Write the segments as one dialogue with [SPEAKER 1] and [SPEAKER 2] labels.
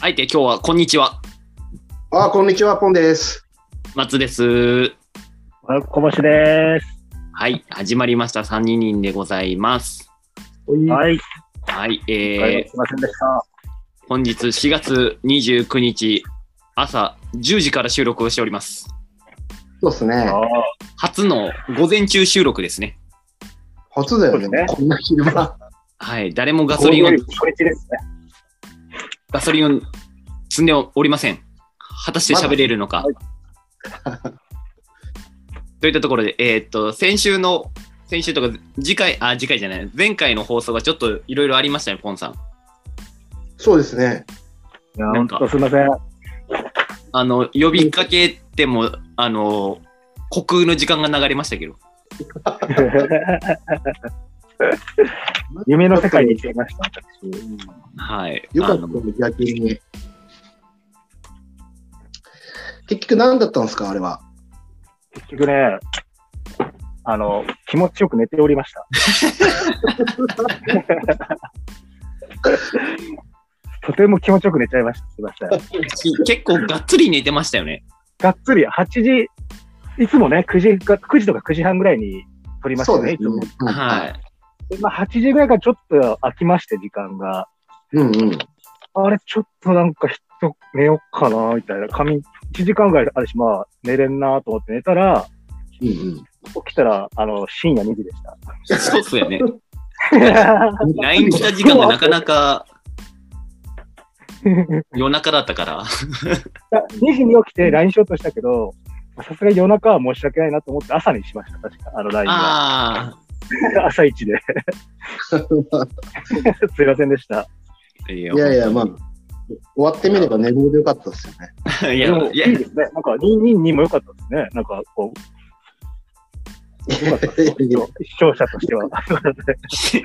[SPEAKER 1] はい、で今日はこんにちは、
[SPEAKER 2] あ、こんにちは、ポンです。
[SPEAKER 1] 松です。
[SPEAKER 3] あこぼしです。
[SPEAKER 1] はい、始まりました三人でございます。
[SPEAKER 2] は
[SPEAKER 3] はい。
[SPEAKER 1] はい、
[SPEAKER 3] お疲れ様
[SPEAKER 1] え
[SPEAKER 3] すいませんでした。
[SPEAKER 1] ー、本日4月29日朝10時から収録をしております。
[SPEAKER 2] そうですね。
[SPEAKER 3] あ
[SPEAKER 1] 初の午前中収録ですね。
[SPEAKER 2] 初だよ
[SPEAKER 3] そ
[SPEAKER 2] ね。
[SPEAKER 3] うですね
[SPEAKER 2] こんな昼間。
[SPEAKER 1] はい、誰もガ
[SPEAKER 3] あ
[SPEAKER 1] ソリンを
[SPEAKER 3] 初日ですね。
[SPEAKER 1] ガソリンを積んでおりません。果たして喋れるのか。 といったところで、えーっと、先週の、先週とか、次回、あ、次回じゃない、前回の放送がちょっといろいろありましたね、ポンさん。
[SPEAKER 2] そうですね。
[SPEAKER 3] いや、
[SPEAKER 1] な
[SPEAKER 3] ほ
[SPEAKER 1] ん
[SPEAKER 3] ん
[SPEAKER 1] か
[SPEAKER 3] とすいません。
[SPEAKER 1] あの、呼びかけても、あの、虚空の時間が流れましたけど、
[SPEAKER 3] 夢の世界に行ってきました。私
[SPEAKER 1] はい。
[SPEAKER 2] よかっ
[SPEAKER 1] あ
[SPEAKER 2] た
[SPEAKER 1] の
[SPEAKER 2] ね、逆に。結局何だったんですか、あれは。
[SPEAKER 3] 結局ね、あの、気持ちよく寝ておりました。とても気持ちよく寝ちゃいました。すいません。
[SPEAKER 1] き結構がっつり寝てましたよね。
[SPEAKER 3] がっつり8時、いつもね、9時か、9時とか9時半ぐらいに撮りまし
[SPEAKER 2] そ
[SPEAKER 3] た
[SPEAKER 2] う
[SPEAKER 3] ね、
[SPEAKER 2] で
[SPEAKER 3] い
[SPEAKER 2] す
[SPEAKER 3] つも
[SPEAKER 2] ね。。。
[SPEAKER 1] はいい。
[SPEAKER 3] でまあ、8時ぐらいからちょっと空きまして、時間が。
[SPEAKER 2] うんうん。
[SPEAKER 3] あれ、ちょっとなんか人寝ようかな、みたいな。仮眠、1時間ぐらいあるし、まあ、寝れんなと思って寝たら、
[SPEAKER 2] うんうん。
[SPEAKER 3] 起きたら、あの、深夜2時でした。
[SPEAKER 1] そうっすよね。
[SPEAKER 3] い
[SPEAKER 1] LINE 来た時間がなかなか夜中だった から。
[SPEAKER 3] や2時に起きて LINE しようとしたけど、さすがに夜中は申し訳ないなと思って朝にしました、確か。あの LINE は。
[SPEAKER 1] あ
[SPEAKER 3] 朝1で。すいませんでした。
[SPEAKER 1] あ。い
[SPEAKER 2] いやいや、まあ、終わってみれば寝坊でよかったですよね。
[SPEAKER 1] あ。い
[SPEAKER 3] い
[SPEAKER 1] や、
[SPEAKER 3] でも
[SPEAKER 1] いや
[SPEAKER 3] いいですね。なんか222も良かったですね。なんか、こう。良かったです
[SPEAKER 2] いやいや
[SPEAKER 3] よ視聴者としては。
[SPEAKER 1] い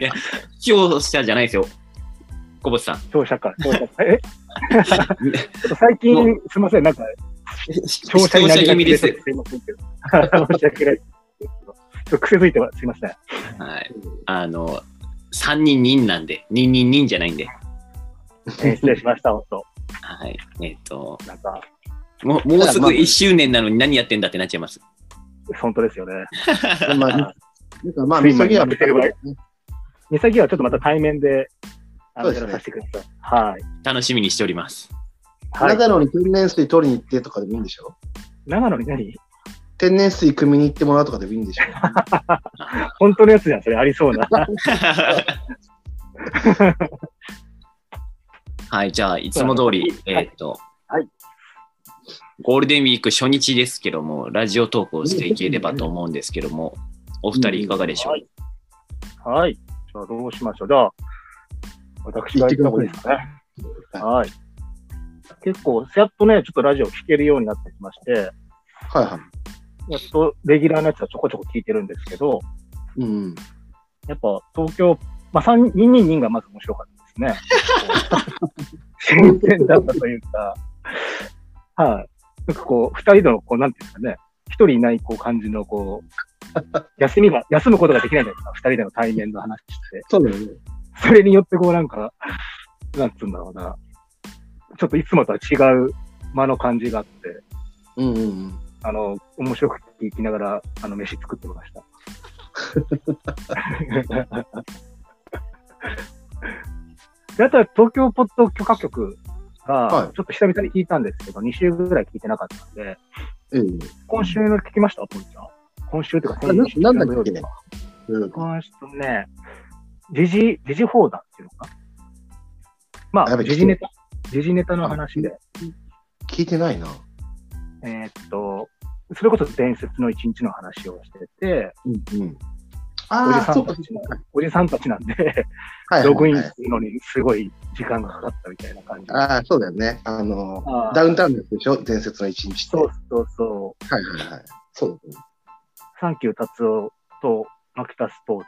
[SPEAKER 1] や、視聴者じゃないですよ。小渕さん。
[SPEAKER 3] 視聴者から。視聴者からえ ちょっと最近、すいません、なんか、
[SPEAKER 1] 視
[SPEAKER 3] 調
[SPEAKER 1] 聴
[SPEAKER 3] 査
[SPEAKER 1] 者
[SPEAKER 3] になり
[SPEAKER 1] 気
[SPEAKER 3] が
[SPEAKER 1] 味
[SPEAKER 3] ち
[SPEAKER 1] で
[SPEAKER 3] ですす。
[SPEAKER 1] よ。
[SPEAKER 3] すいませんけど。申し訳ないです。ちょっと癖づいてはすいません。
[SPEAKER 1] はい。あの、三人人なんで、人人人じゃないんで。
[SPEAKER 3] えー失礼しました、本当。
[SPEAKER 1] はい。えっ、と、
[SPEAKER 3] なんか、
[SPEAKER 1] もうもうすぐ1周年なのに何やってんだってなっちゃいます。
[SPEAKER 3] 本当ですよね。
[SPEAKER 2] まあ、なんかまあ、みそぎは見てればいいね
[SPEAKER 3] みさきはちょっとまた対面で、あ
[SPEAKER 2] そう
[SPEAKER 3] の、
[SPEAKER 2] です
[SPEAKER 3] や
[SPEAKER 2] ね
[SPEAKER 3] らさせてください。はい。
[SPEAKER 1] 楽しみにしており ます。
[SPEAKER 3] はい、
[SPEAKER 2] 長野に天然水取りに行ってとかでもいいんでしょ
[SPEAKER 3] 長野に何
[SPEAKER 2] 天然水汲みに行ってもらうとかでもいいんでし ょ
[SPEAKER 3] 本当のやつじゃん、それありそうな。
[SPEAKER 1] はい、じゃあ、いつも通り、えっ、と、
[SPEAKER 3] はい
[SPEAKER 1] ゴールデンウィーク初日ですけども、ラジオトークをしていければと思うんですけども、お二人いかがでしょう、
[SPEAKER 3] はい。はい。じゃあ、どうしましょう。じゃあ、私が行った方がいいですかね。はい。結構、やっとね、ちょっとラジオ聞けるようになってきまして、
[SPEAKER 2] はいは
[SPEAKER 3] やっとレギュラーのやつはちょこちょこ聞いてるんですけど、
[SPEAKER 2] い。うんうん。
[SPEAKER 3] やっぱ東京、まあ、3 222がまず面白かったですね。新鮮だったというか、はい、なんかこう、2人の、こう、なんていうんですかね、1人いないこう感じの、こう、休みが、休むことができないじゃないですか、2人での対面の話って。
[SPEAKER 2] そうだよね。
[SPEAKER 3] それによって、こう、なんか、なんつうんだろうな、ちょっといつもとは違う間の感じがあって、
[SPEAKER 2] うんうんうん。
[SPEAKER 3] あの、面白く聞きながら、あの、飯作ってました。であとは東京ポッド許可局
[SPEAKER 2] は
[SPEAKER 3] が
[SPEAKER 2] い、
[SPEAKER 3] ちょっと久々に聞いたんですけど、2週ぐらい聞いてなかったんで、
[SPEAKER 2] ええ。
[SPEAKER 3] 今週の聞きました、ポンちゃん。今週というか、
[SPEAKER 2] あな
[SPEAKER 3] 先週
[SPEAKER 2] なんだっけ
[SPEAKER 3] の
[SPEAKER 2] うん
[SPEAKER 3] 今週ね、時事、時事放談っていうのかな。ま
[SPEAKER 2] や
[SPEAKER 3] あ、
[SPEAKER 2] べ
[SPEAKER 3] 時事ネタ、時事ネタの話で、
[SPEAKER 2] 聞いてないな。
[SPEAKER 3] えーっと、それこそ伝説の一日の話をしてて、
[SPEAKER 2] うんうん。
[SPEAKER 3] おじ
[SPEAKER 2] あ
[SPEAKER 3] さ
[SPEAKER 2] あ、
[SPEAKER 3] ん
[SPEAKER 2] そうか
[SPEAKER 3] た。ちのおじさんたちなんで、
[SPEAKER 2] はいはいはい
[SPEAKER 3] ログインするのにすごい時間がかかったみたいな感じ。
[SPEAKER 2] ああ、そうだよね。あの、
[SPEAKER 3] あー
[SPEAKER 2] ダウンタウンのやつでしょ伝説の一日って。
[SPEAKER 3] そうそうそう。
[SPEAKER 2] はいはいはい。そうだね。
[SPEAKER 3] サンキュー達夫と秋田スポー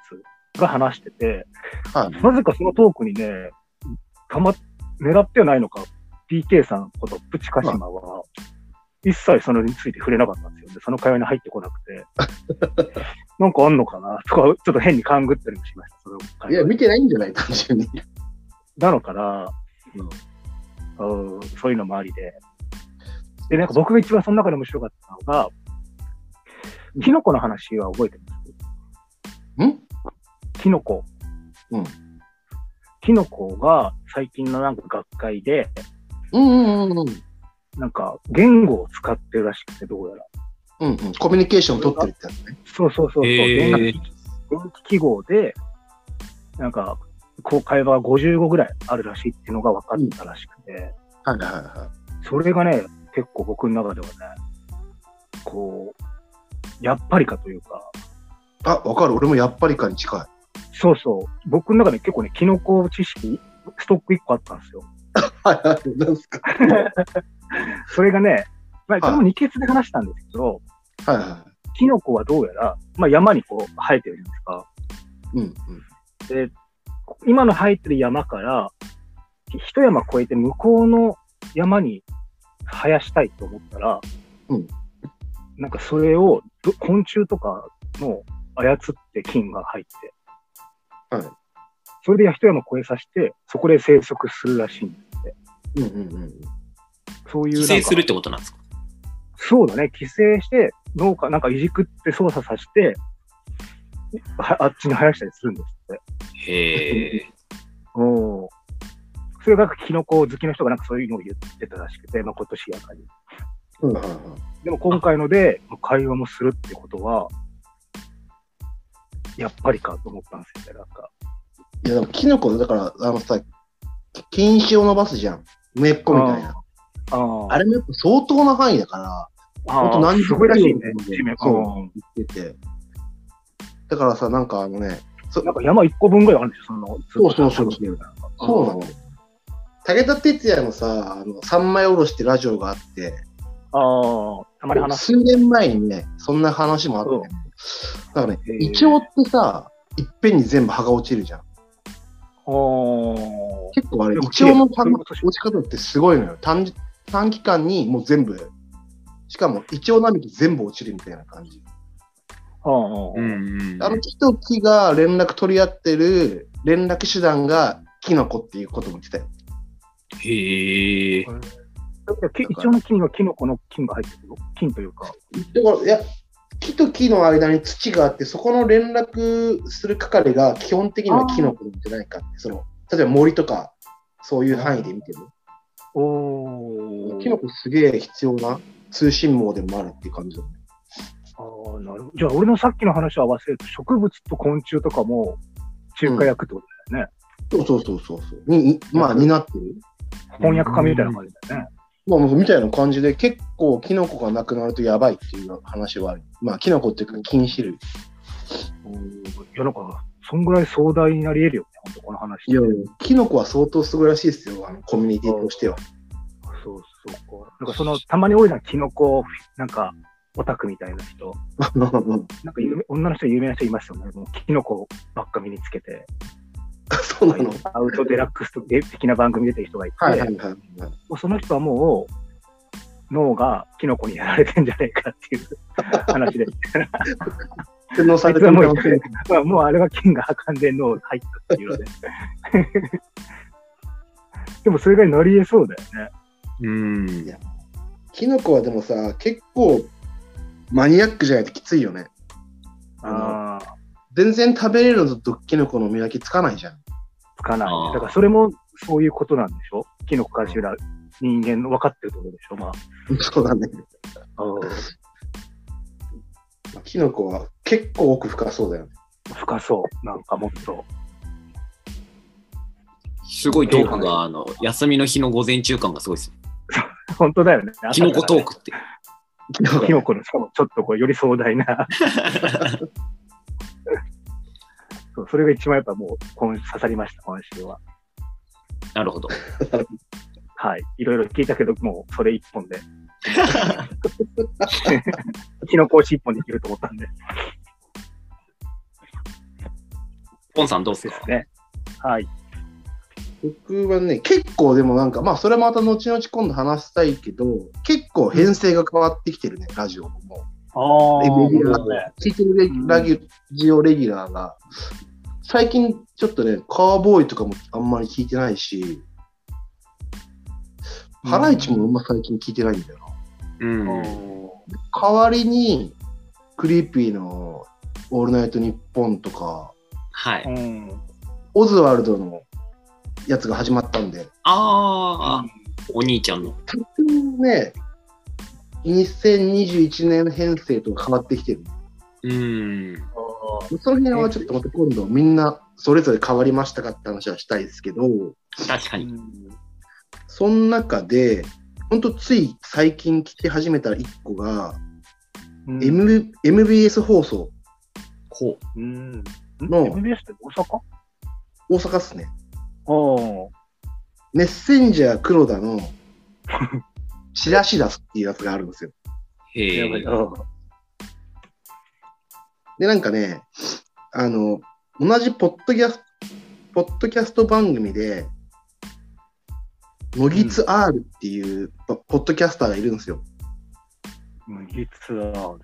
[SPEAKER 3] ツが話してて、
[SPEAKER 2] はい。
[SPEAKER 3] なぜかそのトークにね、たま、狙ってはないのか、PK さんことプチカシマは、一切それについて触れなかったんですよね。その会話に入ってこなくて。 なんかあんのかなとか、ちょっと変に勘ぐったりもしました。その会話
[SPEAKER 2] いや、見てないんじゃない単純に。
[SPEAKER 3] なのかな、
[SPEAKER 2] うん
[SPEAKER 3] うんそういうのもありで。で、なんか僕が一番その中で面白かったのが、キノコの話は覚えてます
[SPEAKER 2] ん
[SPEAKER 3] キノコ。
[SPEAKER 2] うん。
[SPEAKER 3] キノコが最近のなんか学会で、
[SPEAKER 2] うんうんうんうん。
[SPEAKER 3] なんか言語を使ってるらしくて、どうやら。
[SPEAKER 2] うんうん。コミュニケーションを取ってるってやつね。
[SPEAKER 3] そうそうそうそう、
[SPEAKER 1] へー
[SPEAKER 3] 電気電気記号で、なんか、こう会話が55ぐらいあるらしいっていうのが分かったらしくて。
[SPEAKER 2] はいはいは
[SPEAKER 3] それがね、結構僕の中ではね、こう、やっぱりかというか、
[SPEAKER 2] い。あ、わかる。俺もやっぱりかに近い。
[SPEAKER 3] そうそう、僕の中で結構ね、キノコ知識、ストック1個あったんですよ。
[SPEAKER 2] はいはい。なんすか。
[SPEAKER 3] それがね、まあ、
[SPEAKER 2] はい
[SPEAKER 3] この二ケツで話したんですけど、
[SPEAKER 2] はいは
[SPEAKER 3] キノコはどうやら、まあ、山にこう生えてるじゃ
[SPEAKER 2] い。うん
[SPEAKER 3] ないですか。で、今の生えてる山から、一山越えて向こうの山に生やしたいと思ったら、
[SPEAKER 2] うん
[SPEAKER 3] なんかそれをど昆虫とかの操って菌が入って、
[SPEAKER 2] うん。はい。
[SPEAKER 3] それで一山越えさせて、そこで生息するらしいんだって。
[SPEAKER 2] うんうんうん。
[SPEAKER 3] そういう
[SPEAKER 1] 帰
[SPEAKER 3] なんか。
[SPEAKER 1] 省するってことなんですか
[SPEAKER 3] そうだね。寄生して、農家なんかいじくって操作させて、はあっちに生やしたりするんですって。
[SPEAKER 1] へえ。
[SPEAKER 3] おーそれがなんかキノコ好きの人がなんかそういうのを言ってたらしくて、まあ今年やかに。
[SPEAKER 2] うんはいはい。
[SPEAKER 3] でも今回ので、まあ会話もするってことは、やっぱりかと思ったんですよね、なんか。
[SPEAKER 2] いやでもキノコだからあのさ禁止を伸ばすじゃん根っこみたいな
[SPEAKER 3] あ
[SPEAKER 2] あ
[SPEAKER 3] ー
[SPEAKER 2] れもやっぱ相当な範囲だから
[SPEAKER 3] あ
[SPEAKER 2] ほ
[SPEAKER 3] ー、
[SPEAKER 2] んと何
[SPEAKER 3] すごいらしいね
[SPEAKER 2] うん。
[SPEAKER 3] 地面
[SPEAKER 2] そ
[SPEAKER 3] うん
[SPEAKER 2] 言っててだからさなんかあのねそ
[SPEAKER 3] なんか山一個分ぐらいあるんでしょ、その。
[SPEAKER 2] そうそうそうそうそうなの武田鉄矢のさあの三枚おろしってラジオがあって
[SPEAKER 3] ああ、たまに話す。
[SPEAKER 2] 数年前にねそんな話もあってだからね
[SPEAKER 3] へー
[SPEAKER 2] イチョウってさいっぺんに全部葉が落ちるじゃん
[SPEAKER 3] おー
[SPEAKER 2] 結構あれ、
[SPEAKER 3] よ
[SPEAKER 2] イ
[SPEAKER 3] く
[SPEAKER 2] チョウの葉の
[SPEAKER 3] 切れ
[SPEAKER 2] 落ち方ってすごいのよ。短短期間にもう全部、しかもイチョウ並木全部落ちるみたいな感じ。
[SPEAKER 3] あー
[SPEAKER 1] うんうん
[SPEAKER 2] あの木と木が連絡取り合ってる連絡手段がキノコっていうことも言ってたよ。
[SPEAKER 1] へえ。
[SPEAKER 3] きイチョウの菌はキノコの菌が入ってるの菌というか。
[SPEAKER 2] だから、いや、木と木の間に土があって、そこの連絡する係が基本的にはキノコなんじゃないかって、その、例えば森とか、そういう範囲で見ても、
[SPEAKER 3] お
[SPEAKER 2] キノコすげえ必要な通信網でもあるっていう感じだね。
[SPEAKER 3] ああ、なるほど。じゃあ、俺のさっきの話を合わせると、植物と昆虫とかも中華薬ってこと
[SPEAKER 2] そうそうそうそうそう。ににまあ、担ってる。
[SPEAKER 3] だよね。翻訳家みたいな感じだよね。
[SPEAKER 2] まあ、みたいな感じで、結構キノコがなくなるとやばいっていう話はある。まあ、キノコっていうか、菌種類。
[SPEAKER 3] おーいや、なんか、そんぐらい壮大になり得るよね、本当この話って。
[SPEAKER 2] キノコは相当すごいらしいですよ、あのコミュニティとしては。
[SPEAKER 3] そうそうか。なんか、その、たまに多いな、キノコ、なんか、オタクみたいな人。 なんか有名、女の人、有名な人いますよね。もうキノコばっか身につけて。
[SPEAKER 2] そうなの。は
[SPEAKER 3] アウトデラックス的な番組出てる人がいて、
[SPEAKER 2] いはいはい。
[SPEAKER 3] もうその人はもう脳がキノコにやられてんじゃないかっていう 話で、
[SPEAKER 2] 洗脳されてる可能性
[SPEAKER 3] まあ、もうあれは菌が完全に脳に入ったっていうので。でもそれがなり得そうだよね。
[SPEAKER 1] うん。
[SPEAKER 2] キノコはでもさ、結構マニアックじゃないときついよね。
[SPEAKER 3] ああ、
[SPEAKER 2] 全然食べれるのとキノコの見分けつかないじゃん。
[SPEAKER 3] つかない
[SPEAKER 1] あ
[SPEAKER 3] ね。
[SPEAKER 1] ー
[SPEAKER 3] だからそれもそういうことなんでしょキノコから修ら人間の分かってるってことでしょまあ。
[SPEAKER 2] そうだね。
[SPEAKER 3] あ
[SPEAKER 2] キノコは結構奥深そうだよね。
[SPEAKER 3] ー深そう。なんかもっと。
[SPEAKER 1] すごいトークが、あの、休みの日の午前中感がすごいですね。
[SPEAKER 3] 本当だよね。
[SPEAKER 1] キノコトークって。
[SPEAKER 2] キノコ
[SPEAKER 3] キノコの、しかもちょっとこう、より壮大 な。そうそれが一番やっぱもう今刺さりました、今週は。
[SPEAKER 1] なるほど。
[SPEAKER 3] はい。いろいろ聞いたけど、もうそれ一本 で。キノコ推し一本でいけると思ったんで。
[SPEAKER 1] ポンさんどうです
[SPEAKER 3] で
[SPEAKER 1] か
[SPEAKER 3] すね。はい。
[SPEAKER 2] 僕はね、結構でもなんか、まあそれまた後々今度話したいけど、結構編成が変わってきてるね、ラジオも。
[SPEAKER 3] ああ
[SPEAKER 2] レギュラーが、聞いてるレギュラジオレギュラーが、最近ちょっとね、カーボーイとかもあんまり聞いてないし、ハライチもあんま最近聞いてないんだよな。
[SPEAKER 1] うん。
[SPEAKER 2] 代わりに、クリーピーのオールナイトニッポンとか、
[SPEAKER 1] は
[SPEAKER 3] う
[SPEAKER 1] い。
[SPEAKER 3] ん。
[SPEAKER 2] オズワルドのやつが始まったんで、
[SPEAKER 1] ああ、お兄ちゃんの。
[SPEAKER 2] 多分ね、2021年編成とか変わってきてる。
[SPEAKER 1] うん。
[SPEAKER 2] その辺はちょっとまた今度みんなそれぞれ変わりましたかって話はしたいですけど、
[SPEAKER 1] 確かに。
[SPEAKER 2] その中で、ほんとつい最近聞き始めた1個が、
[SPEAKER 3] うん
[SPEAKER 2] M、MBS 放送、
[SPEAKER 1] こう。
[SPEAKER 3] うん。
[SPEAKER 2] の
[SPEAKER 3] MBS って大阪
[SPEAKER 2] 大阪っすね。
[SPEAKER 3] あ
[SPEAKER 2] メッセンジャー黒田のチラシ出すっていうやつがあるんですよ。
[SPEAKER 1] へえ。
[SPEAKER 3] あ。うん
[SPEAKER 2] で、なんかね、あの、同じポッドキャスト、ポッドキャスト番組で、ノギツ R っていうポポッドキャスターがいるんですよ。
[SPEAKER 3] 麦ツアー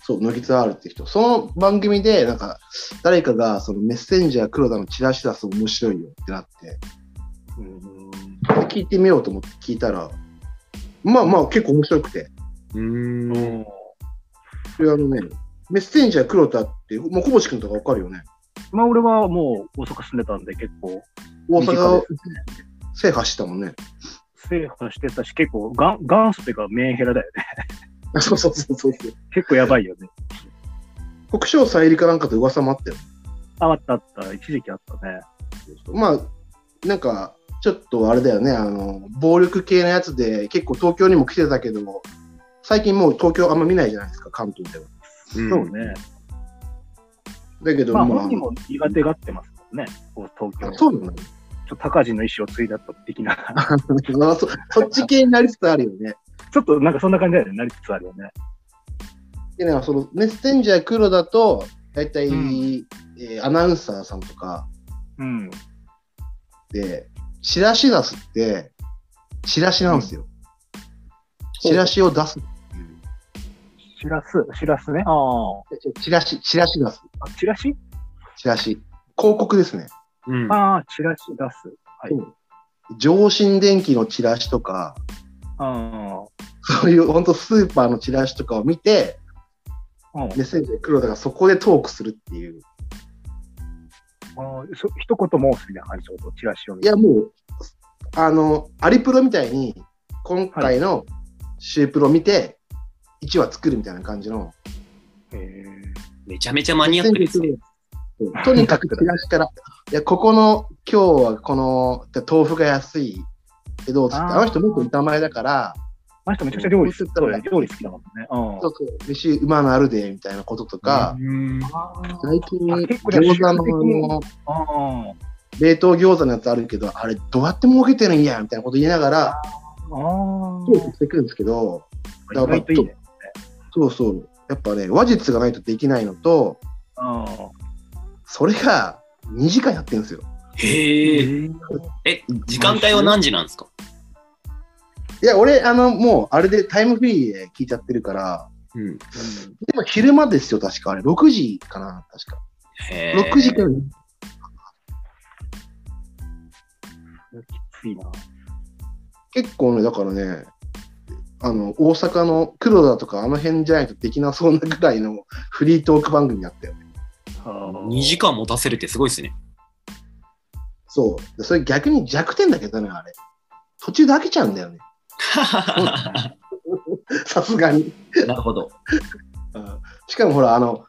[SPEAKER 2] そう、ノギツ R って人。その番組で、なんか、誰かが、そのメッセンジャー黒田のチラシ出す面白いよってなって、
[SPEAKER 3] うん。
[SPEAKER 2] 聞いてみようと思って聞いたら、まあまあ結構面白くて。
[SPEAKER 1] うーん。
[SPEAKER 2] これあのね、メッセンジャー黒田って、もう小星君とかわかるよね。
[SPEAKER 3] まあ俺はもう大阪住んでたんで結構
[SPEAKER 2] 大
[SPEAKER 3] 身近
[SPEAKER 2] 阪を
[SPEAKER 3] ですね
[SPEAKER 2] 制覇してたもんね。
[SPEAKER 3] 制覇してたし結構がん元祖というかメンヘラだよね。
[SPEAKER 2] あそうそうそうそうそう。
[SPEAKER 3] 結構やばいよね。
[SPEAKER 2] 国章さゆりかなんかと噂もあったよね。
[SPEAKER 3] ああったあった。一時期あったね。
[SPEAKER 2] まあ、なんか、ちょっとあれだよね、あの、暴力系のやつで、結構東京にも来てたけども、最近もう東京あんま見ないじゃないですか、関東では。
[SPEAKER 1] うん
[SPEAKER 3] そうね。
[SPEAKER 2] だけど、
[SPEAKER 3] まあ
[SPEAKER 2] ま
[SPEAKER 3] 本人も苦手がってますもんね。こう東京。
[SPEAKER 2] あ、そうなの
[SPEAKER 3] ちょっと高人の意思を継いだと的な。
[SPEAKER 2] あそそっち系になりつつあるよね。
[SPEAKER 3] ちょっとなんかそんな感じだよね。なりつつあるよね。
[SPEAKER 2] でね、そのメッセンジャー黒だと、大体、
[SPEAKER 3] うん
[SPEAKER 2] えーアナウンサーさんとか、
[SPEAKER 3] うん。
[SPEAKER 2] で、チラシ出すって、チラシなんですよ。チラシを出す。
[SPEAKER 3] しらす、しらすね。ああ。
[SPEAKER 2] チラシ、チラシ出す。
[SPEAKER 3] あ、チラシ
[SPEAKER 2] チラシ。広告ですね。
[SPEAKER 1] うん。
[SPEAKER 3] ああ、チラシ出す。はい。
[SPEAKER 2] 上新電機のチラシとか、
[SPEAKER 3] あ
[SPEAKER 2] そういう本当スーパーのチラシとかを見て、
[SPEAKER 3] あ。うん
[SPEAKER 2] メッセンジャー黒田がそこでトークするっていう。
[SPEAKER 3] あーそ一言申すみたいな感じってことチラシを見
[SPEAKER 2] いや、もう、あの、アリプロみたいに、今回のシュープロ見て、1話作るみたいな感じの。
[SPEAKER 3] て。へ
[SPEAKER 1] めちゃめちゃマニアックですね。
[SPEAKER 2] うんとにかくチラシから、いや、ここの、今日はこの、じゃあ豆腐が安いけど、つって
[SPEAKER 3] あー
[SPEAKER 2] あの人、僕、歌前だから、
[SPEAKER 3] あの人めちゃくちゃ料理
[SPEAKER 2] そう
[SPEAKER 3] 好
[SPEAKER 2] 言
[SPEAKER 3] き
[SPEAKER 2] ったら
[SPEAKER 3] そう料理好きだもんね。うん。
[SPEAKER 2] そうそう飯うまなるで、みたいなこととか、
[SPEAKER 1] うん。
[SPEAKER 3] あー
[SPEAKER 2] 最近、
[SPEAKER 3] あ
[SPEAKER 2] 餃
[SPEAKER 3] 結構じゃあ
[SPEAKER 2] 子のあの、
[SPEAKER 3] あ
[SPEAKER 2] 冷凍餃子のやつあるけど、あれ、どうやって儲けてるんや、みたいなこと言いながら、
[SPEAKER 3] ー。あ
[SPEAKER 2] トークしてくるんですけど、
[SPEAKER 3] あ。意外といいね。
[SPEAKER 2] そうそう、やっぱね、話術がないとできないのと、
[SPEAKER 3] あ
[SPEAKER 2] それが2時間やってるんですよ。
[SPEAKER 1] へえ。え、時間帯は何時なんですか
[SPEAKER 2] いや、俺、あの、もう、あれでタイムフリーで聞いちゃってるから、
[SPEAKER 1] うん。
[SPEAKER 2] でも昼間ですよ、確か。あれ、6時かな、確か。
[SPEAKER 1] へえ。
[SPEAKER 2] 6時から、
[SPEAKER 3] きついな。
[SPEAKER 2] 結構ね、だからね、あの、大阪の黒田とか、あの辺じゃないとできなそうなぐらいのフリートーク番組だったよ。
[SPEAKER 1] 2時 間持たせるってすごいですね。
[SPEAKER 2] そう。でそれ逆に弱点だけどね、あれ。途中で飽きちゃうんだよね。さすがに。
[SPEAKER 1] なるほど。
[SPEAKER 2] うんしかもほら、あの、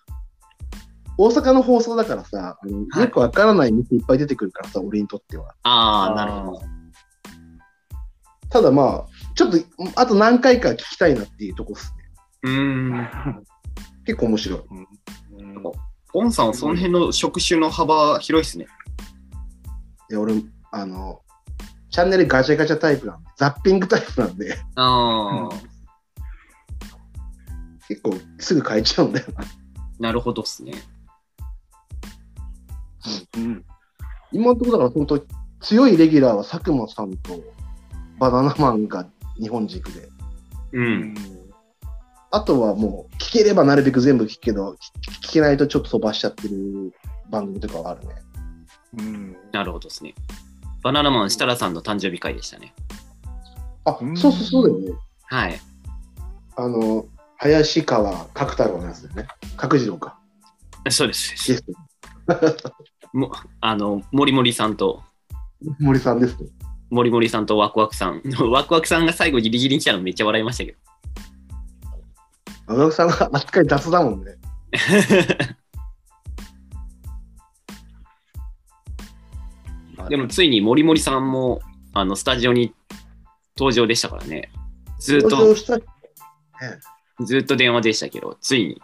[SPEAKER 2] 大阪の放送だからさ、あの
[SPEAKER 1] はい
[SPEAKER 2] よくわからない店いっぱい出てくるからさ、俺にとっては。
[SPEAKER 1] ああ、なるほど。
[SPEAKER 2] ただまあ、ちょっと、あと何回か聞きたいなっていうとこっすね。
[SPEAKER 1] うーん。
[SPEAKER 3] う
[SPEAKER 2] 結構面白い。
[SPEAKER 3] ん。
[SPEAKER 1] ゴンさんはその辺の職種の幅広いですね。
[SPEAKER 2] で、俺、あの、チャンネルガチャガチャタイプなんで、ザッピングタイプなんで、
[SPEAKER 1] ああ、
[SPEAKER 2] 結構すぐ変えちゃうんだよな。
[SPEAKER 1] なるほどっすね。
[SPEAKER 3] うん。
[SPEAKER 2] 今のところだから、本当強いレギュラーは佐久間さんとバナナマンが日本軸で、
[SPEAKER 1] う。。
[SPEAKER 3] うん
[SPEAKER 2] あとはもう、聞ければなるべく全部聞くけど、聞聞けないとちょっと飛ばしちゃってる番組とかはあるね。
[SPEAKER 3] うん。
[SPEAKER 1] なるほどっすね。バナナマン設楽さんの誕生日会でしたね。
[SPEAKER 2] あ、
[SPEAKER 3] うん
[SPEAKER 2] そうそうそうだよね。
[SPEAKER 1] はい。
[SPEAKER 2] あの、林川角太郎のやつだよね。角次郎か。
[SPEAKER 1] そうです。
[SPEAKER 2] ゲスト。
[SPEAKER 1] あの、もりもりさんと、
[SPEAKER 2] 森さんですね。
[SPEAKER 1] もりもりさんとワクワクさん。 ワクワクさんが最後ギリギリに来たのめっちゃ笑いましたけど。
[SPEAKER 2] 青学さんは扱い雑だもんね。
[SPEAKER 1] でもついに森森さんもあのスタジオに登場でしたからね。ずっ
[SPEAKER 2] 登
[SPEAKER 1] と
[SPEAKER 2] 場、した
[SPEAKER 1] ずっと電話でしたけど、ついに。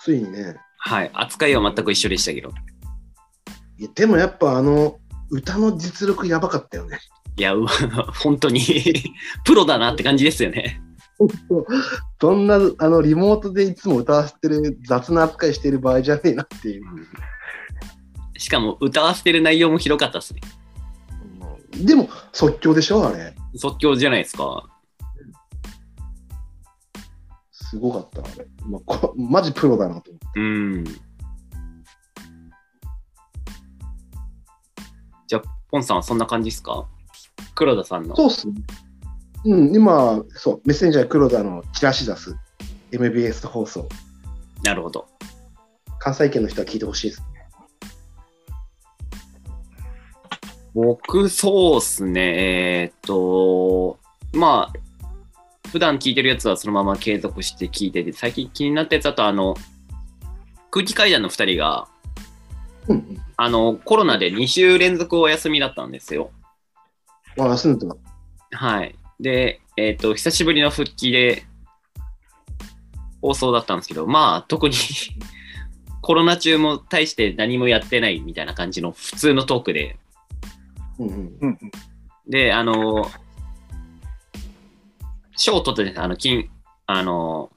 [SPEAKER 2] ついにね。
[SPEAKER 1] はい。扱いは全く一緒でしたけど。
[SPEAKER 2] いやでもやっぱあの、歌の実力やばかったよね。
[SPEAKER 1] いや、うわ 本当に、プロだなって感じですよね。
[SPEAKER 2] どんな、あの、リモートでいつも歌わせてる雑な扱いしてる場合じゃねえなっていう。
[SPEAKER 1] しかも歌わせてる内容もひどかったですね。
[SPEAKER 2] でも、即興でしょあれ。
[SPEAKER 1] 即興じゃないですか。
[SPEAKER 2] すごかった、あれ。まあ、こマジプロだなと思って。
[SPEAKER 1] うん。じゃあ、ポンさんはそんな感じですか黒田さんの。
[SPEAKER 2] そうっすね。うん、今、そう、メッセンジャー黒田のチラシ出す。MBS 放送。
[SPEAKER 1] なるほど。
[SPEAKER 2] 関西圏の人は聞いてほしいです。
[SPEAKER 1] 僕、そうっすね。えーっと、まあ、普段聞いてるやつはそのまま継続して聞いてて、最近気になったやつだと、あの、空気階段の2人が、
[SPEAKER 2] うん、
[SPEAKER 1] あの、コロナで2週連続お休みだったんですよ。
[SPEAKER 2] うん。あ、休んでた。
[SPEAKER 1] はい。で、えっ、と、久しぶりの復帰で、放送だったんですけど、まあ、特に、 コロナ中も大して何もやってないみたいな感じの普通のトークで、
[SPEAKER 2] うんうん。
[SPEAKER 3] うんうん。
[SPEAKER 1] で、あの、賞を取ってたあの、金、あの、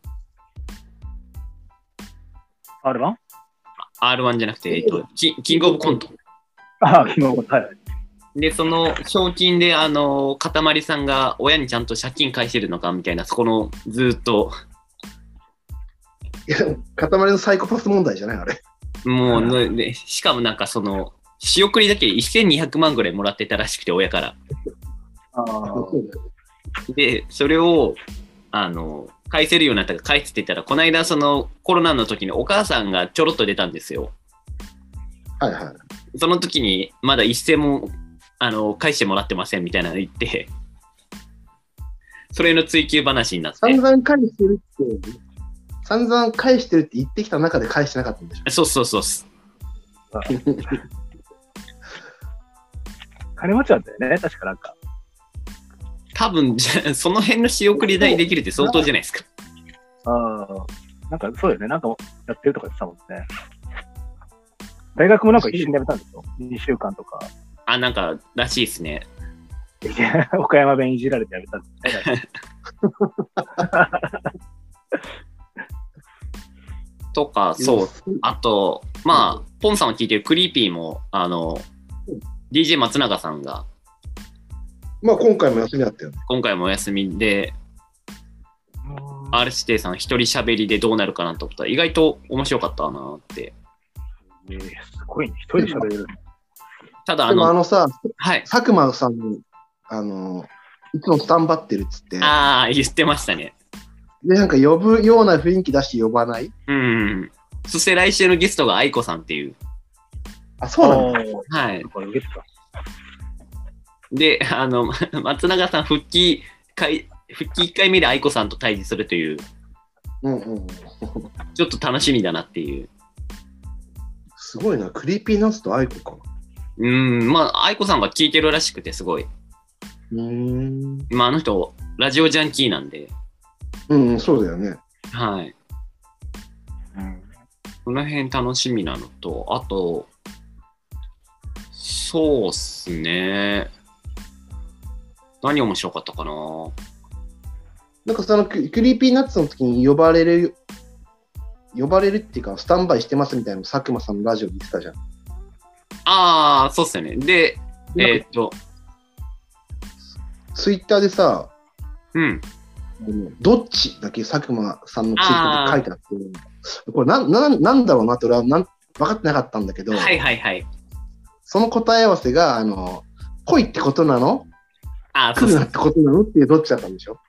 [SPEAKER 3] あれは
[SPEAKER 1] R1 じゃなくて、えっ、と、キンキングオブコント。
[SPEAKER 3] ああ、昨日、はい。
[SPEAKER 1] で、その賞金で、あの、かたまりさんが親にちゃんと借金返してるのかみたいな、そこの、ずーっと、
[SPEAKER 2] いや、でも塊のサイコパス問題じゃないあれ。
[SPEAKER 1] もうね、ねしかもなんかその、仕送りだけで1200万ぐらいもらってたらしくて、親から。
[SPEAKER 3] あ
[SPEAKER 2] そうだよ
[SPEAKER 1] で、それを、あの、返せるようになったから返してたら、この間、そのコロナの時にお母さんがちょろっと出たんですよ。
[SPEAKER 2] はいはい。
[SPEAKER 1] その時に、まだ一銭も、あの、返してもらってませんみたいなの言って、それの追求話になって
[SPEAKER 2] 散。々返してるって、散々返してるって言ってきた中で返してなかったんでしょ。
[SPEAKER 1] そうそうそうっす。
[SPEAKER 3] 金持ちなんだよね、確かなんか。
[SPEAKER 1] 多分、じゃあその辺の仕送り代できるって相当じゃないですか。
[SPEAKER 3] ああ。なんかそうよね、なんかやってるとか言ってたもんね。大学もなんか一瞬で辞めたんですよ。2週間とか。
[SPEAKER 1] あ、なんか、らしいですね。
[SPEAKER 3] 岡山弁いじられて辞めたんですね。
[SPEAKER 1] とか、そう
[SPEAKER 2] う。
[SPEAKER 1] あと、まあ、ポンさんを聞いてるクリーピーも、あの
[SPEAKER 2] うん、
[SPEAKER 1] DJ 松永さんが
[SPEAKER 2] まあ今回も休みだったよね。
[SPEAKER 1] 今回もお休みで、R 指定さん一人喋りでどうなるかなと思ったら、意外と面白かったなって。
[SPEAKER 3] えーすごいね、一人で喋れる。
[SPEAKER 1] ただ、あ
[SPEAKER 2] でもあ
[SPEAKER 1] の、
[SPEAKER 2] のさ、
[SPEAKER 1] はい。
[SPEAKER 2] 佐久間さんの、あの、いつもスタンバってるっつって、
[SPEAKER 1] ああ、言ってましたね。
[SPEAKER 2] で、なんか呼ぶような雰囲気出して呼ばない
[SPEAKER 1] うん。そして来週のゲストが愛子さんっていう。
[SPEAKER 2] あ、そうなの
[SPEAKER 3] あー
[SPEAKER 1] はい
[SPEAKER 3] な。んか受けてた
[SPEAKER 1] で、あの、 松永さん復帰回、復帰1回目で愛子さんと対峙するという、
[SPEAKER 2] うんうんうん。
[SPEAKER 1] ちょっと楽しみだなっていう。
[SPEAKER 2] すごいな。クリーピーナッツとアイコか。
[SPEAKER 1] うん、まあ、愛子さんが聞いてるらしくて、すごい。
[SPEAKER 2] うーん。
[SPEAKER 1] まあ、あの人、ラジオジャンキーなんで、
[SPEAKER 2] うんうん、そうだよね。
[SPEAKER 1] はい。
[SPEAKER 3] うん
[SPEAKER 1] この辺楽しみなのと、あと、そうっすね。何面白かったかな
[SPEAKER 2] なんかそのククリーピーナッツの時に呼ばれる、呼ばれるっていうか、スタンバイしてますみたいなの佐久間さんのラジオで言ってたじゃん。
[SPEAKER 1] ああ、そうっすよね。で、えーっと、
[SPEAKER 2] ツイッターでさ、
[SPEAKER 1] うん。
[SPEAKER 2] どっちだけ佐久間さんのツイートで書いてあって、これなんなんなんだろうなって俺はなん分かってなかったんだけど、
[SPEAKER 1] はいはいはい。
[SPEAKER 2] その答え合わせが、あの、恋ってことなの
[SPEAKER 1] あー、そ
[SPEAKER 2] 来
[SPEAKER 1] う
[SPEAKER 2] る
[SPEAKER 1] そ
[SPEAKER 2] な
[SPEAKER 1] う。
[SPEAKER 2] ってことなのっていうどっちだったんでしょ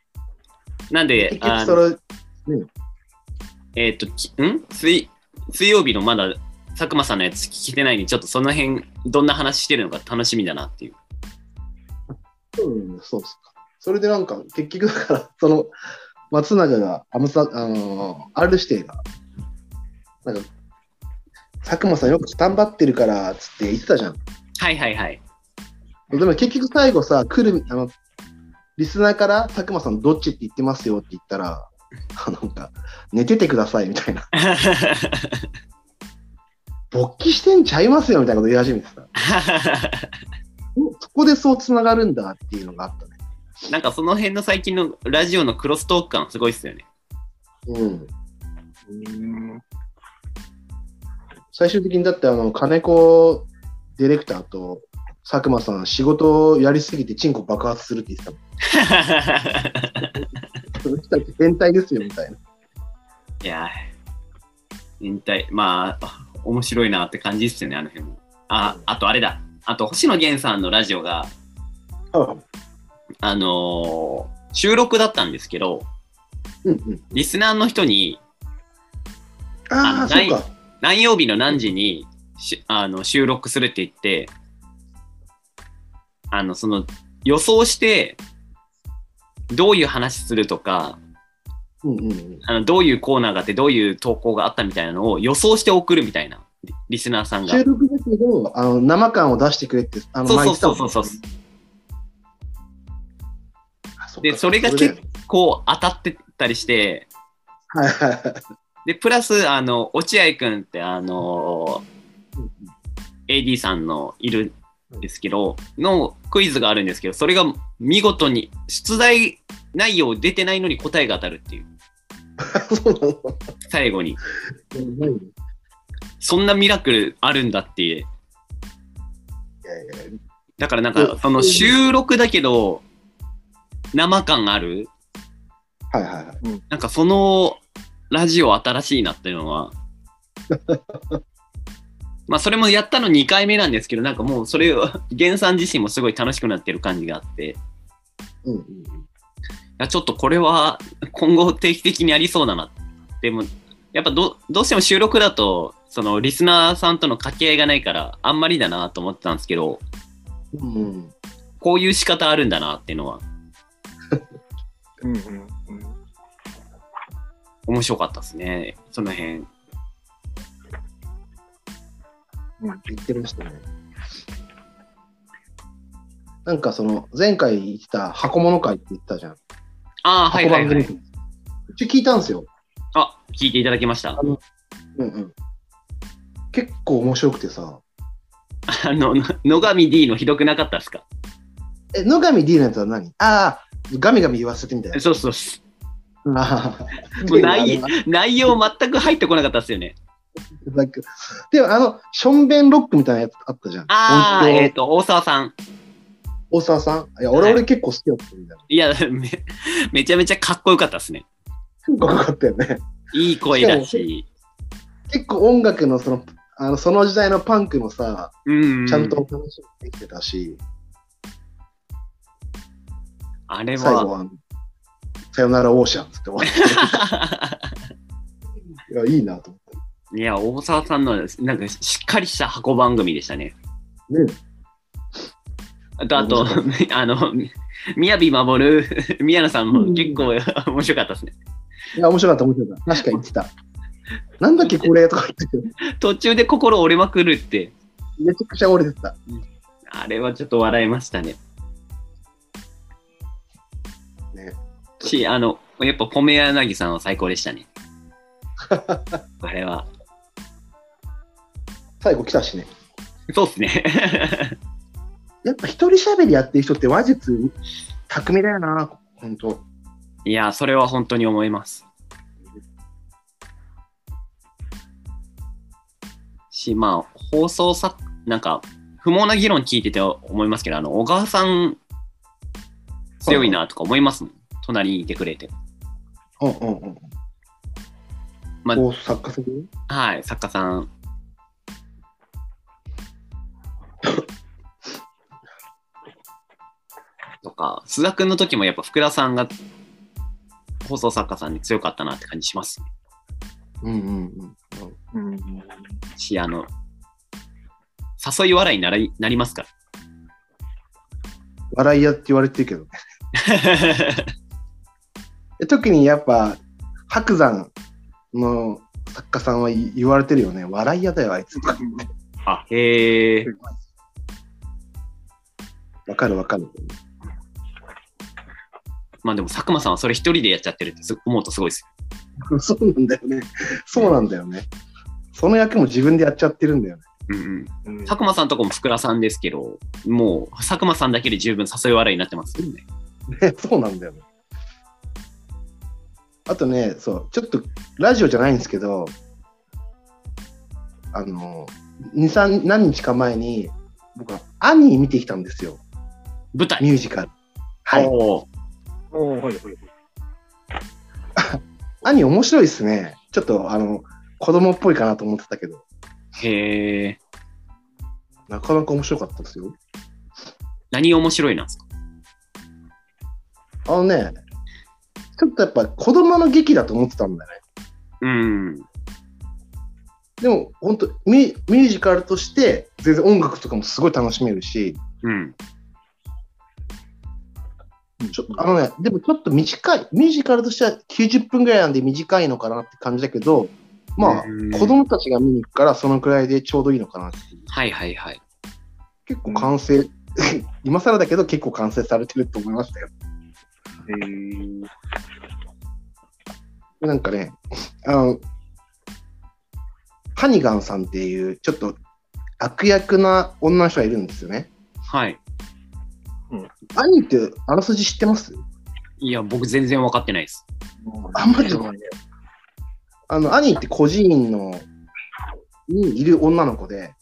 [SPEAKER 1] なんで
[SPEAKER 2] 結、
[SPEAKER 1] あ
[SPEAKER 2] 局
[SPEAKER 1] の
[SPEAKER 2] それ、
[SPEAKER 1] えっ、と、きん水水曜日のまだ佐久間さんのやつ聞けてないんで、ちょっとその辺、どんな話してるのか楽しみだなっていう。
[SPEAKER 2] そうなんだそうっすか。それでなんか、結局だから、その、松永が、アムサ、あのー、R 指定が、なんか、佐久間さんよくスタンバってるから、つって言ってたじゃん。
[SPEAKER 1] はいはいはい。
[SPEAKER 2] でも結局最後さ、来る、あの、リスナーから佐久間さんどっちって言ってますよって言ったら、あのなんか、寝ててくださいみたいな、勃起してんちゃいますよみたいなこと言い始めてさ、そこでそうつながるんだっていうのがあったね。
[SPEAKER 1] なんかその辺の最近のラジオのクロストーク感すごいっすよね。
[SPEAKER 2] うん。
[SPEAKER 3] うん。
[SPEAKER 2] 最終的にだって、あの、金子ディレクターと佐久間さん、仕事をやりすぎてチンコ爆発するって言ってたもん。その人たち変態ですよみたいな。
[SPEAKER 1] いやー、引退、まあ、面白いなって感じっすよね、あの辺も。あ、あとあれだ。あと、星野源さんのラジオが、
[SPEAKER 2] うん
[SPEAKER 1] あのー収録だったんですけど、
[SPEAKER 2] うん。
[SPEAKER 1] リスナーの人に、あ
[SPEAKER 2] ああ、
[SPEAKER 1] な
[SPEAKER 2] そ
[SPEAKER 1] いう
[SPEAKER 2] か。
[SPEAKER 1] 何曜日の何時にしあの収録するって言って、あの、その、予想して、どういう話するとか、
[SPEAKER 2] うんうんうん。
[SPEAKER 1] あのどういうコーナーがあって、どういう投稿があったみたいなのを予想して送るみたいな、リリスナーさんが
[SPEAKER 2] 収。録だけど、あの生感を出してくれって、あの
[SPEAKER 1] そう
[SPEAKER 2] 前
[SPEAKER 1] そう
[SPEAKER 2] 言ってた
[SPEAKER 1] そ
[SPEAKER 2] も
[SPEAKER 1] うんそうそう。
[SPEAKER 2] あそっか
[SPEAKER 1] でそれが
[SPEAKER 2] だよね
[SPEAKER 1] こう当たってたりして、
[SPEAKER 2] はいはいはい
[SPEAKER 1] で、プラス、あの、落合くんって、あの
[SPEAKER 2] うん
[SPEAKER 1] ー、AD さんのいるんですけど、のクイズがあるんですけど、それが見事に、出題内容出てないのに答えが当たるっていう、
[SPEAKER 2] そうなの
[SPEAKER 1] 最後に。
[SPEAKER 2] うんないね
[SPEAKER 1] そんなミラクルあるんだっていう。
[SPEAKER 2] いやいやいや
[SPEAKER 1] だからなんか
[SPEAKER 2] う、ん
[SPEAKER 1] その収録だけど、生感ある
[SPEAKER 2] はいはいはい。
[SPEAKER 1] なんかそのラジオ新しいなっていうの は。まあそれもやったの2回目なんですけど、なんかもうそれを、源さん自身もすごい楽しくなってる感じがあって、い
[SPEAKER 2] うんうん
[SPEAKER 1] やちょっとこれは今後定期的にありそうだな。でも、やっぱどどうしても収録だと、そのリスナーさんとの掛け合いがないから、あんまりだなと思ってたんですけど、
[SPEAKER 2] うんうん
[SPEAKER 1] こういう仕方あるんだなっていうのは
[SPEAKER 3] うんうんうん。
[SPEAKER 1] 面白かったですね、その辺。
[SPEAKER 2] 言ってましたね。なんかその、前回言ってた箱物会って言ってたじゃん。
[SPEAKER 1] ああ、はいはい、は
[SPEAKER 2] 箱番
[SPEAKER 1] い。
[SPEAKER 2] 組うち聞いたんですよ。
[SPEAKER 1] あ、聞いていただきました。
[SPEAKER 2] うんうん。結構面白くてさ。
[SPEAKER 1] あの、の野上 D のひどくなかったですか
[SPEAKER 2] え、野上 D のやつは何ああ、ガミガミ言わせてみたいな。
[SPEAKER 1] そうそう。
[SPEAKER 2] あー
[SPEAKER 1] もうない
[SPEAKER 2] あれは
[SPEAKER 1] 内容全く入ってこなかったですよね。
[SPEAKER 2] なんかでもあの、ションベンロックみたいなやつあったじゃん。
[SPEAKER 1] ああ、
[SPEAKER 2] 音響
[SPEAKER 1] えっ、と、大沢さん。
[SPEAKER 2] 大沢さん。いや、俺、
[SPEAKER 1] はい
[SPEAKER 2] 俺結構好きだったんだよ。
[SPEAKER 1] いや、めめちゃめちゃかっこよかったですね。
[SPEAKER 2] かっこよかったよね。
[SPEAKER 1] いい声だし。
[SPEAKER 2] 結構音楽のその、あのその時代のパンクもさ、
[SPEAKER 1] うん。
[SPEAKER 2] ちゃんと。楽しみできてたし、
[SPEAKER 1] あれ
[SPEAKER 2] 最後
[SPEAKER 1] は。
[SPEAKER 2] は、さよならオーシャンっつって終わって、いや、いいなと思っ
[SPEAKER 1] いや、大沢さんの、なんか、しっかりした箱番組でしたね。
[SPEAKER 2] て。ね
[SPEAKER 1] あと、あと、あの、宮城守、宮野さんも結構面白かったですね。
[SPEAKER 2] いや、面白かった、面白かった。確かに言ってた。なんだっけ、これとか言って、
[SPEAKER 1] 途中で心折れまくるって、
[SPEAKER 2] めちゃくちゃ折れてた。
[SPEAKER 1] あれはちょっと笑いましたね。
[SPEAKER 2] ね、
[SPEAKER 1] し、あの、やっぱポメ柳さんは最高でしたね。あれは。
[SPEAKER 2] 最後来たしね。
[SPEAKER 1] そうっすね。
[SPEAKER 2] やっぱ一人喋りやってる人って話術巧みだよな、ほんと。
[SPEAKER 1] いや、それは本当に思います。し、まあ、放送さ、なんか、不毛な議論聞いてて思いますけど、あの、小川さん、強いなとか思いますもん。隣にいてくれて。
[SPEAKER 2] うんうんうん。
[SPEAKER 1] まあ
[SPEAKER 2] こう作家さん
[SPEAKER 1] はい、作家さ ん。とか、須田くんの時もやっぱ福田さんが放送作家さんに強かったなって感じしますね。
[SPEAKER 2] うんうん
[SPEAKER 3] うん。
[SPEAKER 1] し、あの、誘い笑いになりなりますから。
[SPEAKER 2] 笑い屋って言われてるけどね。え特にやっぱ、白山の作家さんは言言われてるよね。笑い屋だよ、あいつ。
[SPEAKER 1] あ、 へえ。
[SPEAKER 2] わかるわかる。
[SPEAKER 1] まあでも佐久間さんはそれ一人でやっちゃってるってす思うとすごいです。
[SPEAKER 2] そうなんだよね。そうなんだよね。その役も自分でやっちゃってるんだよね。
[SPEAKER 1] うんうん、
[SPEAKER 3] うん
[SPEAKER 1] 佐久間さんとこも福田さんですけど、もう佐久間さんだけで十分誘い笑いになってますよね。
[SPEAKER 2] ねそうなんだよね。あとね、そう、ちょっとラジオじゃないんですけど、あの、2、3、何日か前に、僕はアニー見てきたんですよ。
[SPEAKER 1] 舞台。
[SPEAKER 2] ミュージカル。はい。
[SPEAKER 1] おー
[SPEAKER 3] おーはいはいはい。
[SPEAKER 2] アニー面白いですね。ちょっと、あの、子供っぽいかなと思ってたけど、
[SPEAKER 1] へえ。
[SPEAKER 2] なかなか面白かったですよ。
[SPEAKER 1] 何面白いなんですか
[SPEAKER 2] あのね、ちょっとやっぱ子供の劇だと思ってたんだよね。
[SPEAKER 1] うん。
[SPEAKER 2] でも、本当ミュミュージカルとして、全然音楽とかもすごい楽しめるし、
[SPEAKER 1] うん。
[SPEAKER 2] ちょっとあのね、でもちょっと短い、ミュージカルとしては90分ぐらいなんで短いのかなって感じだけど、まあ
[SPEAKER 1] うん、
[SPEAKER 2] 子供たちが見に行くから、そのくらいでちょうどいいのかなっていう。
[SPEAKER 1] はいはいはい。
[SPEAKER 2] 結構完成、 今更だけど結構完成されてると思いましたよ。
[SPEAKER 3] えー
[SPEAKER 2] なんかね、あの、ハニガンさんっていう、ちょっと悪役な女の人がいるんですよね。
[SPEAKER 1] はい。
[SPEAKER 2] アニーってあらすじ知ってます
[SPEAKER 1] いや、僕全然分かってないです。
[SPEAKER 2] あマジであの、アニーって孤児院の、にいる女の子で、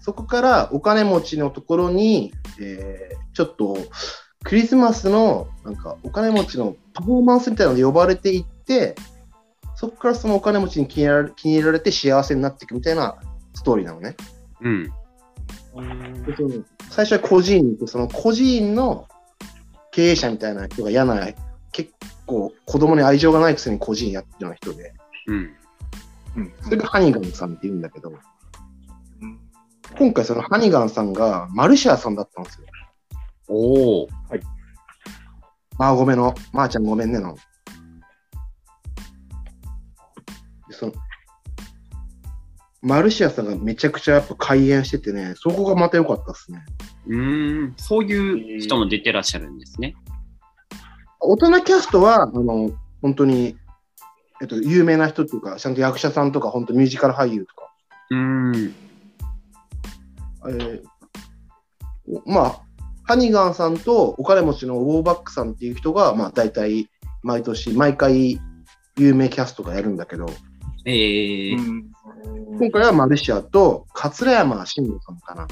[SPEAKER 2] そこからお金持ちのところに、えーちょっと、クリスマスの、なんか、お金持ちのパフォーマンスみたいなので呼ばれていって、そこからそのお金持ちに気に入られ気に入られて幸せになっていくみたいなストーリーなのね。
[SPEAKER 1] うん。
[SPEAKER 2] でその最初は孤児院に行ってその孤児院の経営者みたいな人が嫌な結構子供に愛情がないくせに孤児院やってるような人で
[SPEAKER 1] うん。
[SPEAKER 3] うん
[SPEAKER 2] それがハニガンさんって言うんだけど今回そのハニガンさんがマルシアさんだったんですよ
[SPEAKER 1] おお。
[SPEAKER 2] まあごめんのまー、ちゃんごめんねのでそのマルシアさんがめちゃくちゃやっぱ開演しててねそこがまた良かったですね
[SPEAKER 1] うーん。そういう人も出てらっしゃるんですね。
[SPEAKER 2] 大人キャストは、あの、本当に、えっと、有名な人っていうか、ちゃんと役者さんとか、本当ミュージカル俳優とか、
[SPEAKER 1] うーん。
[SPEAKER 2] えーまあ、ハニガンさんとお金持ちのウォーバックさんっていう人が、まあ、大体、毎年、毎回、有名キャストがやるんだけど、
[SPEAKER 1] ええー。
[SPEAKER 2] 今回はマルシアと桂山慎吾さんかな。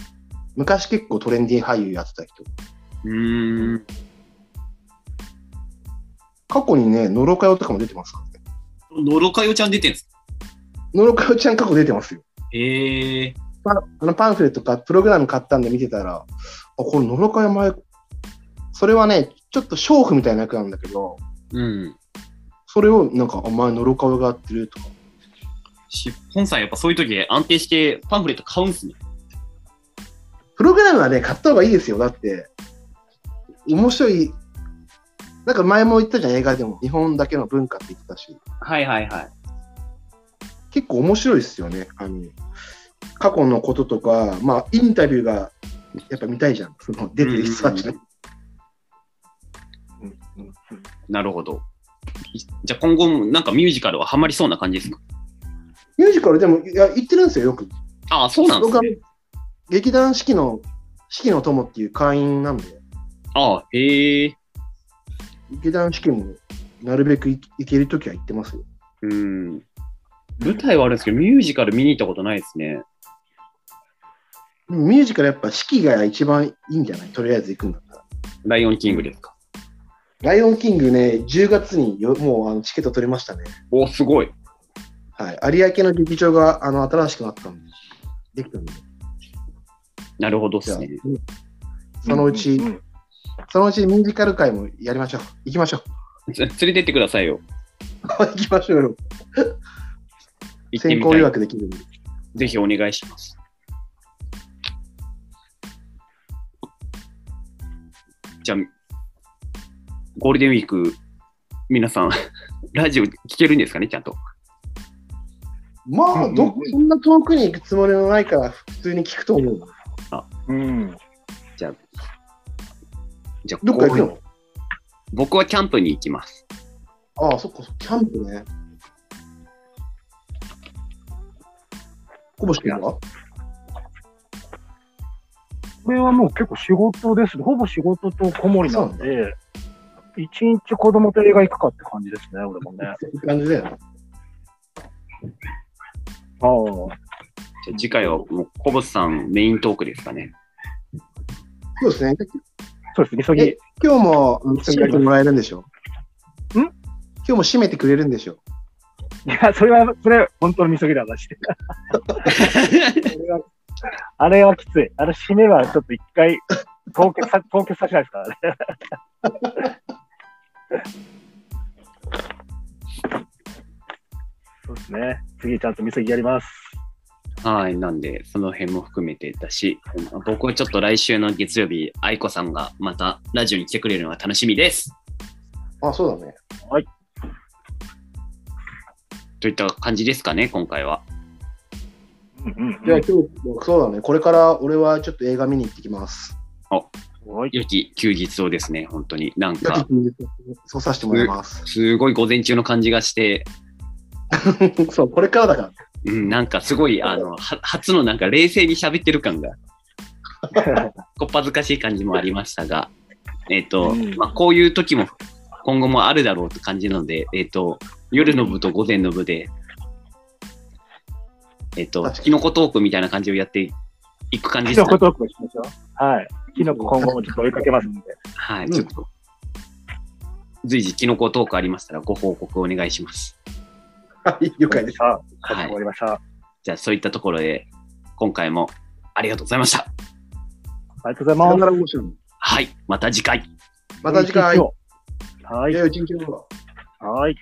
[SPEAKER 2] 昔結構トレンディー俳優やってた人。
[SPEAKER 1] うーん。
[SPEAKER 2] 過去にね、ノロカヨとかも出てますからね。
[SPEAKER 1] のろかよちゃん出てるんですか
[SPEAKER 2] ノロカヨちゃん過去出てますよ。
[SPEAKER 1] ええ
[SPEAKER 2] パンあのパンフレットかプログラム買ったんで見てたら、あこれ、のろかや前、それはね、ちょっと娼婦みたいな役なんだけど、
[SPEAKER 1] うん。
[SPEAKER 2] それをなんか、お前、のろかやがやってるとか、
[SPEAKER 1] し、本さんやっぱそういう時安定してパンフレット買うんすね。
[SPEAKER 2] プログラムはね、買った方がいいですよ、だって、面白い、なんか前も言ったじゃん、映画でも、日本だけの文化って言ってたし、
[SPEAKER 1] はいはいはい。
[SPEAKER 2] 結構面白いですよね、あの過去のこととか、まあ、インタビューがやっぱ見たいじゃん、その出てる人たちの
[SPEAKER 1] うんなるほど。いじゃあ今後もなんかミュージカルはハマりそうな感じですか
[SPEAKER 2] ミュージカルでも、いや、言ってるんですよ、よく。
[SPEAKER 1] ああ、そうなんで
[SPEAKER 2] 僕
[SPEAKER 1] す
[SPEAKER 2] は
[SPEAKER 1] ね。
[SPEAKER 2] 劇団四季の四季の友っていう会員なんで、
[SPEAKER 1] ああ、へえ。
[SPEAKER 2] 劇団四季もなるべくい行けるときは行ってますよ。
[SPEAKER 1] うん。舞台はあるんですけど、ミュージカル見に行ったことないですね。
[SPEAKER 2] でもミュージカルやっぱ四季が一番いいんじゃないとりあえず行くんだったら。
[SPEAKER 1] ライオンキングですか。
[SPEAKER 2] ライオンキングね、10月によもうあのチケット取りましたね。
[SPEAKER 1] お、すごい。
[SPEAKER 2] はい。有明の劇場があの新しくなったんで、できたんで。
[SPEAKER 1] なるほどっ
[SPEAKER 2] じゃ
[SPEAKER 1] す
[SPEAKER 2] あ
[SPEAKER 1] ね。
[SPEAKER 2] そのうち
[SPEAKER 3] んん
[SPEAKER 2] そのうちミュージカル界もやりましょう。行きましょう。
[SPEAKER 1] つ連れてってくださいよ。
[SPEAKER 2] 行きましょうよ。
[SPEAKER 1] 行って
[SPEAKER 2] 先
[SPEAKER 1] み
[SPEAKER 2] 行
[SPEAKER 1] た
[SPEAKER 2] 予
[SPEAKER 1] い。
[SPEAKER 2] 約できるんで。
[SPEAKER 1] ぜひお願いします。じゃあ、ゴールデンウィーク、皆さん、 ラジオ聞けるんですかね、ちゃんと。
[SPEAKER 2] まあ、
[SPEAKER 3] うん
[SPEAKER 2] ど、そんな遠くに行くつもりもないから、普通に聞くと思うな。
[SPEAKER 3] うん。
[SPEAKER 1] じゃあ、じゃあ
[SPEAKER 2] どっか行く
[SPEAKER 1] こ
[SPEAKER 2] の
[SPEAKER 1] う僕はキャンプに行きます。
[SPEAKER 2] ああ、そっか、そっかキャンプね。こぼし君は
[SPEAKER 3] これはもう結構仕事ですね。ほぼ仕事とこもりなんで、一日子供と映画行くかって感じですね、俺もね。
[SPEAKER 2] そういう感じだよね。
[SPEAKER 3] ああ。
[SPEAKER 1] じゃあ次回はもう、コブスさんメイントークですかね。
[SPEAKER 2] そうですね。
[SPEAKER 3] そうです、急ぎ
[SPEAKER 2] え。今日も締めてもらえるんでしょ
[SPEAKER 3] ん
[SPEAKER 2] 今日も締めてくれるんでしょ
[SPEAKER 3] いや、それは、それ、本当に急ぎだ話して。あれはきつい。あれ、締めはちょっと一回、凍結さ、 凍結させないですからね。 そうですね。次、ちゃんと見過ぎやります。
[SPEAKER 1] はい、なんで、その辺も含めてだし、僕はちょっと来週の月曜日、愛子さんがまたラジオに来てくれるのが楽しみです。
[SPEAKER 2] あ、そうだね。
[SPEAKER 1] といった感じですかね、今回は。
[SPEAKER 3] うんうん、
[SPEAKER 2] じゃあ今日、そうだね。これから俺はちょっと映画見に行ってきます。
[SPEAKER 3] おい
[SPEAKER 1] 良き休日をですね、本当に。なん
[SPEAKER 2] じゃあ
[SPEAKER 1] か、
[SPEAKER 2] そうさせてもらいます。
[SPEAKER 1] すごい午前中の感じがして、
[SPEAKER 2] そう、これからだから。
[SPEAKER 1] うん、なんかすごい、あの、は初のなんか冷静に喋ってる感が、こっぱずかしい感じもありましたが、えっ、と、
[SPEAKER 3] うん
[SPEAKER 1] まあ、こういう時も今後もあるだろうって感じなので、えっ、と、夜の部と午前の部で、えっ、と、
[SPEAKER 2] 確かに
[SPEAKER 1] キノコトークみたいな感じをやっていく 感じ
[SPEAKER 3] キ
[SPEAKER 1] です
[SPEAKER 3] ノ
[SPEAKER 1] か
[SPEAKER 3] コトークをしましょう。はい。キノコ今後もちょっと追いかけますんで。
[SPEAKER 1] はい、
[SPEAKER 2] うん
[SPEAKER 1] ちょっと。随時、キノコトークありましたらご報告お願いします。
[SPEAKER 2] はい、了解です。
[SPEAKER 3] さあ、かし
[SPEAKER 1] は
[SPEAKER 3] こ
[SPEAKER 1] い
[SPEAKER 3] ま。りました。あ
[SPEAKER 1] じゃあ、そういったところで、今回もありがとうございました。
[SPEAKER 3] りがとうござい
[SPEAKER 2] さよ
[SPEAKER 3] ま
[SPEAKER 2] なら
[SPEAKER 3] す。
[SPEAKER 2] 面白い。
[SPEAKER 1] はい、また次回。
[SPEAKER 2] また次回。
[SPEAKER 3] はい。
[SPEAKER 2] 良い一日を。
[SPEAKER 3] はい。